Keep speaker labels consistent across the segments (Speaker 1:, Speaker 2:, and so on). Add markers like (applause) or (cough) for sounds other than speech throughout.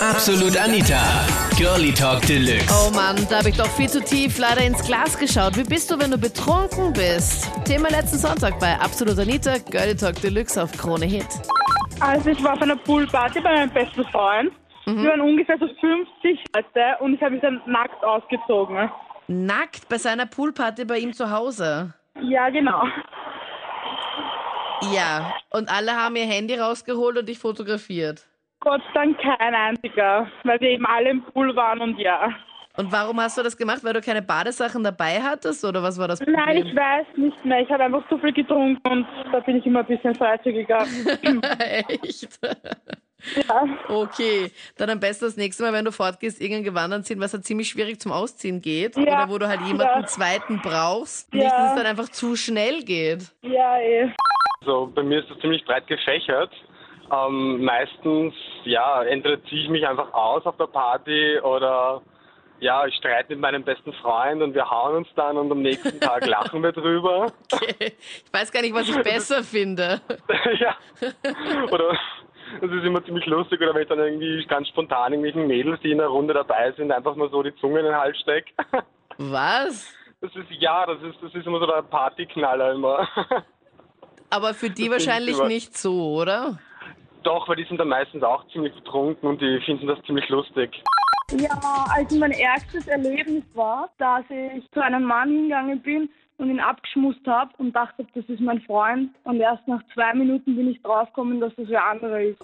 Speaker 1: Absolut Anita. Girlie Talk Deluxe.
Speaker 2: Oh Mann, da habe ich doch viel zu tief leider ins Glas geschaut. Wie bist du, wenn du betrunken bist? Thema letzten Sonntag bei Absolut Anita, Girlie Talk Deluxe auf Krone Hit.
Speaker 3: Also ich war auf einer Poolparty bei meinem besten Freund. Wir waren ungefähr so 50 Leute und ich habe mich dann nackt ausgezogen.
Speaker 2: Nackt bei seiner Poolparty bei ihm zu Hause.
Speaker 3: Ja, genau.
Speaker 2: Ja, und alle haben ihr Handy rausgeholt und dich fotografiert.
Speaker 3: Gott sei Dank kein einziger, weil wir eben alle im Pool waren und ja.
Speaker 2: Und warum hast du das gemacht? Weil du keine Badesachen dabei hattest oder was war das Problem?
Speaker 3: Nein, ich weiß nicht mehr. Ich habe einfach zu viel getrunken und da bin ich immer ein bisschen freizügiger.
Speaker 2: (laughs) Echt? Okay, dann am besten das nächste Mal, wenn du fortgehst, irgendein Gewand anziehen, was ja ziemlich schwierig zum Ausziehen geht.
Speaker 3: Ja,
Speaker 2: Oder wo du halt jemanden
Speaker 3: ja.
Speaker 2: zweiten brauchst.
Speaker 3: Ja.
Speaker 2: Nicht, dass es dann einfach zu schnell geht.
Speaker 3: (laughs)
Speaker 2: (laughs)
Speaker 3: ja, eh.
Speaker 4: Also bei mir ist das ziemlich breit gefächert. Ähm, meistens, ja, entweder ziehe ich mich einfach aus auf der Party oder ja, ich streite mit meinem besten Freund und wir hauen uns dann und am nächsten Tag lachen wir drüber. (laughs)
Speaker 2: Ich weiß gar nicht, was ich besser finde.
Speaker 4: ja. Oder das ist immer ziemlich lustig, oder wenn ich dann irgendwie ganz spontan irgendwelchen Mädels, die in der Runde dabei sind, einfach mal so die Zunge in den Hals stecke.
Speaker 2: Was?
Speaker 4: (laughs) Das ist ja, das ist das ist immer so der Partyknaller immer. (laughs)
Speaker 2: Aber für die
Speaker 4: Das bin ich
Speaker 2: wahrscheinlich
Speaker 4: über-
Speaker 2: nicht so, oder?
Speaker 4: Doch, weil die sind dann meistens auch ziemlich betrunken und die finden das ziemlich lustig.
Speaker 3: Ja, also mein ärgstes Erlebnis war, dass ich zu einem Mann hingegangen bin und ihn abgeschmust habe und dachte, das ist mein Freund. Und erst nach zwei Minuten bin ich draufgekommen, dass das wer anderer ist.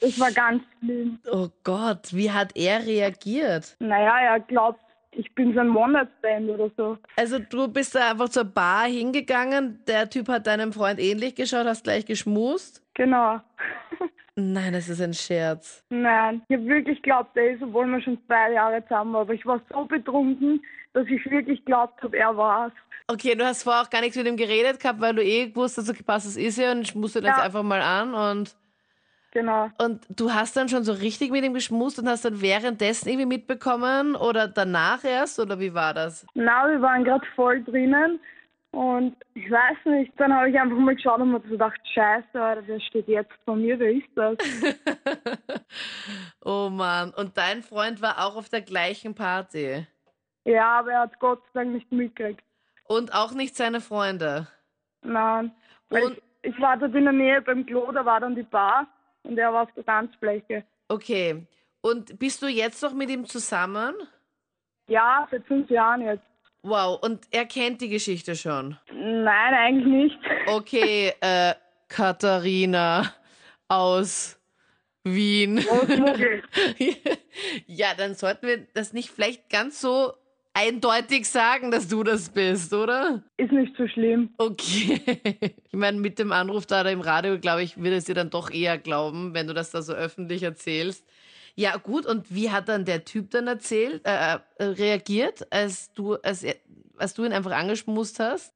Speaker 3: Das war ganz schlimm.
Speaker 2: Oh Gott, wie hat er reagiert?
Speaker 3: Naja, er glaubt, ich bin sein One-Night-Stand oder so.
Speaker 2: Also du bist da einfach zur Bar hingegangen, der Typ hat deinem Freund ähnlich geschaut, hast gleich geschmust.
Speaker 3: Genau. (laughs)
Speaker 2: Nein, das ist ein Scherz.
Speaker 3: Nein, ich habe wirklich geglaubt, er ist, obwohl wir schon zwei Jahre zusammen waren. Aber ich war so betrunken, dass ich wirklich geglaubt habe, er war's.
Speaker 2: Okay, du hast vorher auch gar nichts mit ihm geredet gehabt, weil du eh wusstest, okay, passt, das ist ja und ich musste das
Speaker 3: Ja.
Speaker 2: einfach mal an und,
Speaker 3: Genau.
Speaker 2: und du hast dann schon so richtig mit ihm geschmust und hast dann währenddessen irgendwie mitbekommen oder danach erst oder wie war das?
Speaker 3: Na, wir waren gerade voll drinnen und ich weiß nicht, dann habe ich einfach mal geschaut und mir gedacht, scheiße, Alter, der steht jetzt vor mir, wer ist das?
Speaker 2: oh Mann, und dein Freund war auch auf der gleichen Party
Speaker 3: ja, aber er hat Gott sei Dank nicht mitgekriegt.
Speaker 2: und auch nicht seine Freunde.
Speaker 3: Nein. Weil
Speaker 2: Und-
Speaker 3: ich, ich war dort in der Nähe beim Klo, da war dann die Bar und er war auf der Tanzfläche.
Speaker 2: Okay, und bist du jetzt noch mit ihm zusammen?
Speaker 3: Ja, seit fünf Jahren jetzt.
Speaker 2: Wow, und er kennt die Geschichte schon.
Speaker 3: Nein, eigentlich nicht.
Speaker 2: Okay, (laughs) äh, Katharina aus Wien.
Speaker 3: Großmuggel.
Speaker 2: (laughs) ja, dann sollten wir das nicht vielleicht ganz so eindeutig sagen, dass du das bist, oder?
Speaker 3: ist nicht so schlimm.
Speaker 2: Okay. (laughs) Ich meine, mit dem Anruf da, da im Radio, glaube ich, würde es dir dann doch eher glauben, wenn du das da so öffentlich erzählst. Ja, gut, und wie hat dann der Typ dann erzählt, äh, äh, reagiert, als du, als, er- als du ihn einfach angeschmust hast?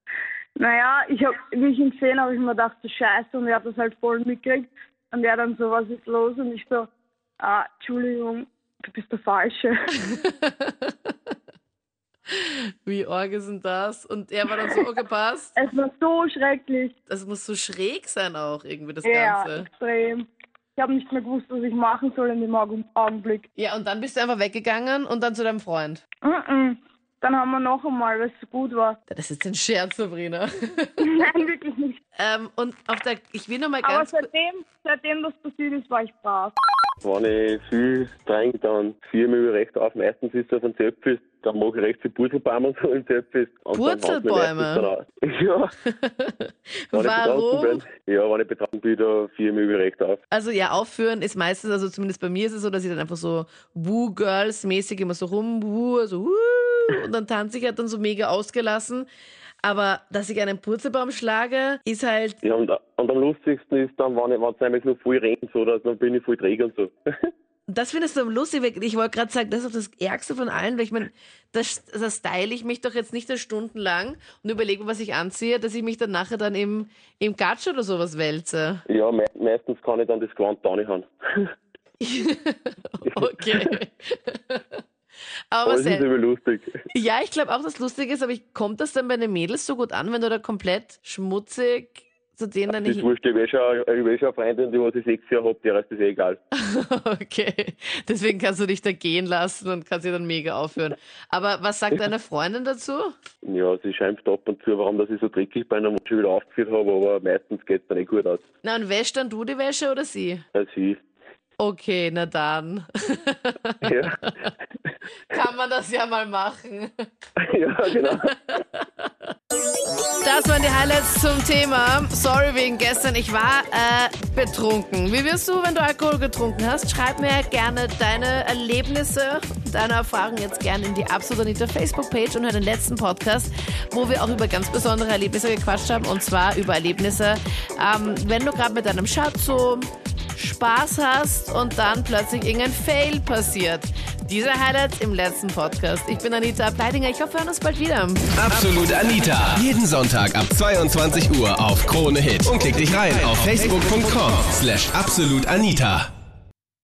Speaker 3: Naja, ich hab, wie ich ihn gesehen habe, ich mir gedacht, so scheiße, und er hat das halt voll mitgekriegt. Und er dann so, was ist los? Und ich so, ah, Entschuldigung, du bist der Falsche. (laughs)
Speaker 2: Wie arg ist denn das? Und er war dann so, okay, passt.
Speaker 3: Es war so schrecklich.
Speaker 2: Das muss so schräg sein auch, irgendwie, das
Speaker 3: Ja,
Speaker 2: Ganze.
Speaker 3: extrem. Ich habe nicht mehr gewusst, was ich machen soll in dem Augen- Augenblick.
Speaker 2: Ja, und dann bist du einfach weggegangen und dann zu deinem Freund.
Speaker 3: Mhm. Dann haben wir noch einmal, weil es so gut war. (laughs)
Speaker 2: Das ist ein Scherz, Sabrina.
Speaker 3: Nein, wirklich nicht.
Speaker 2: ähm, und auf der, ich will nochmal
Speaker 3: Aber
Speaker 2: ganz kurz.
Speaker 3: seitdem, seitdem das passiert ist, war ich brav.
Speaker 5: Wenn ich viel trinke, dann ziehe ich mich über recht auf. Meistens ist das ein Zöpfis. Dann mache ich recht viel Purzelbäume (laughs) so im Zöpfis. Und dann haut's mich
Speaker 2: Purzelbäume?
Speaker 5: meistens dann auch- Ja, (laughs) wenn ich betrunken
Speaker 2: Warum?
Speaker 5: bin. Ja, wenn ich betrunken bin, da ziehe ich mich über recht auf.
Speaker 2: Also ja, aufführen ist meistens, also zumindest bei mir ist es so, dass ich dann einfach so Woo-Girls-mäßig immer so rum, woo, so woo, und dann tanze ich halt dann so mega ausgelassen. Aber dass ich einen Purzelbaum schlage, ist halt,
Speaker 5: Ja, und, und am lustigsten ist dann, wenn es nämlich nur voll regnet, so, dass- dann bin ich voll träge und so.
Speaker 2: das findest du lustig. weil Ich wollte gerade sagen, das ist doch das Ärgste von allen, weil ich meine, das, das style ich mich doch jetzt nicht da stundenlang und überlege, mir, was ich anziehe, dass ich mich dann nachher dann im, im Gatsch oder sowas wälze.
Speaker 5: ja, me meistens kann ich dann das Gewand da nicht haben. (laughs)
Speaker 2: Okay. Aber
Speaker 5: Aber es ist
Speaker 2: sel-
Speaker 5: immer lustig.
Speaker 2: ja, ich glaube auch, dass lustig ist, aber ich, kommt das dann bei den Mädels so gut an, wenn du da komplett schmutzig zu denen dann
Speaker 5: Das ist
Speaker 2: nicht.
Speaker 5: wurscht, ich habe eh schon ich hab eh schon eine Freundin, die was ich sechs Jahre habe, der ist das eh egal.
Speaker 2: (laughs) Okay, deswegen kannst du dich da gehen lassen und kannst dir dann mega aufhören. Aber was sagt deine Freundin dazu?
Speaker 5: Ja, sie schimpft ab und zu, warum dass ich so dreckig bei einer Mutter schon wieder aufgeführt habe, aber meistens geht es dann eh gut aus.
Speaker 2: Na, und wäschst dann du die Wäsche oder sie?
Speaker 5: Also ich, (laughs)
Speaker 2: Okay, na dann. (laughs)
Speaker 5: ja, (laughs)
Speaker 2: Kann man das ja mal machen.
Speaker 5: ja, genau.
Speaker 2: Das waren die Highlights zum Thema. Sorry wegen gestern, ich war äh, betrunken. Wie wirst du, wenn du Alkohol getrunken hast? Schreib mir gerne deine Erlebnisse, deine Erfahrungen jetzt gerne in die Absolut Anita Facebook-Page und hör den letzten Podcast, wo wir auch über ganz besondere Erlebnisse gequatscht haben. Und zwar über Erlebnisse, ähm, wenn du gerade mit deinem Schatz so Spaß hast und dann plötzlich irgendein Fail passiert. Diese Highlights im letzten Podcast. Ich bin Anita Ableidinger. Ich hoffe, wir hören uns bald wieder.
Speaker 1: Absolut Anita. Jeden Sonntag ab 22 Uhr auf Krone Hit. Und klick dich rein auf facebook.com slash absolutanita.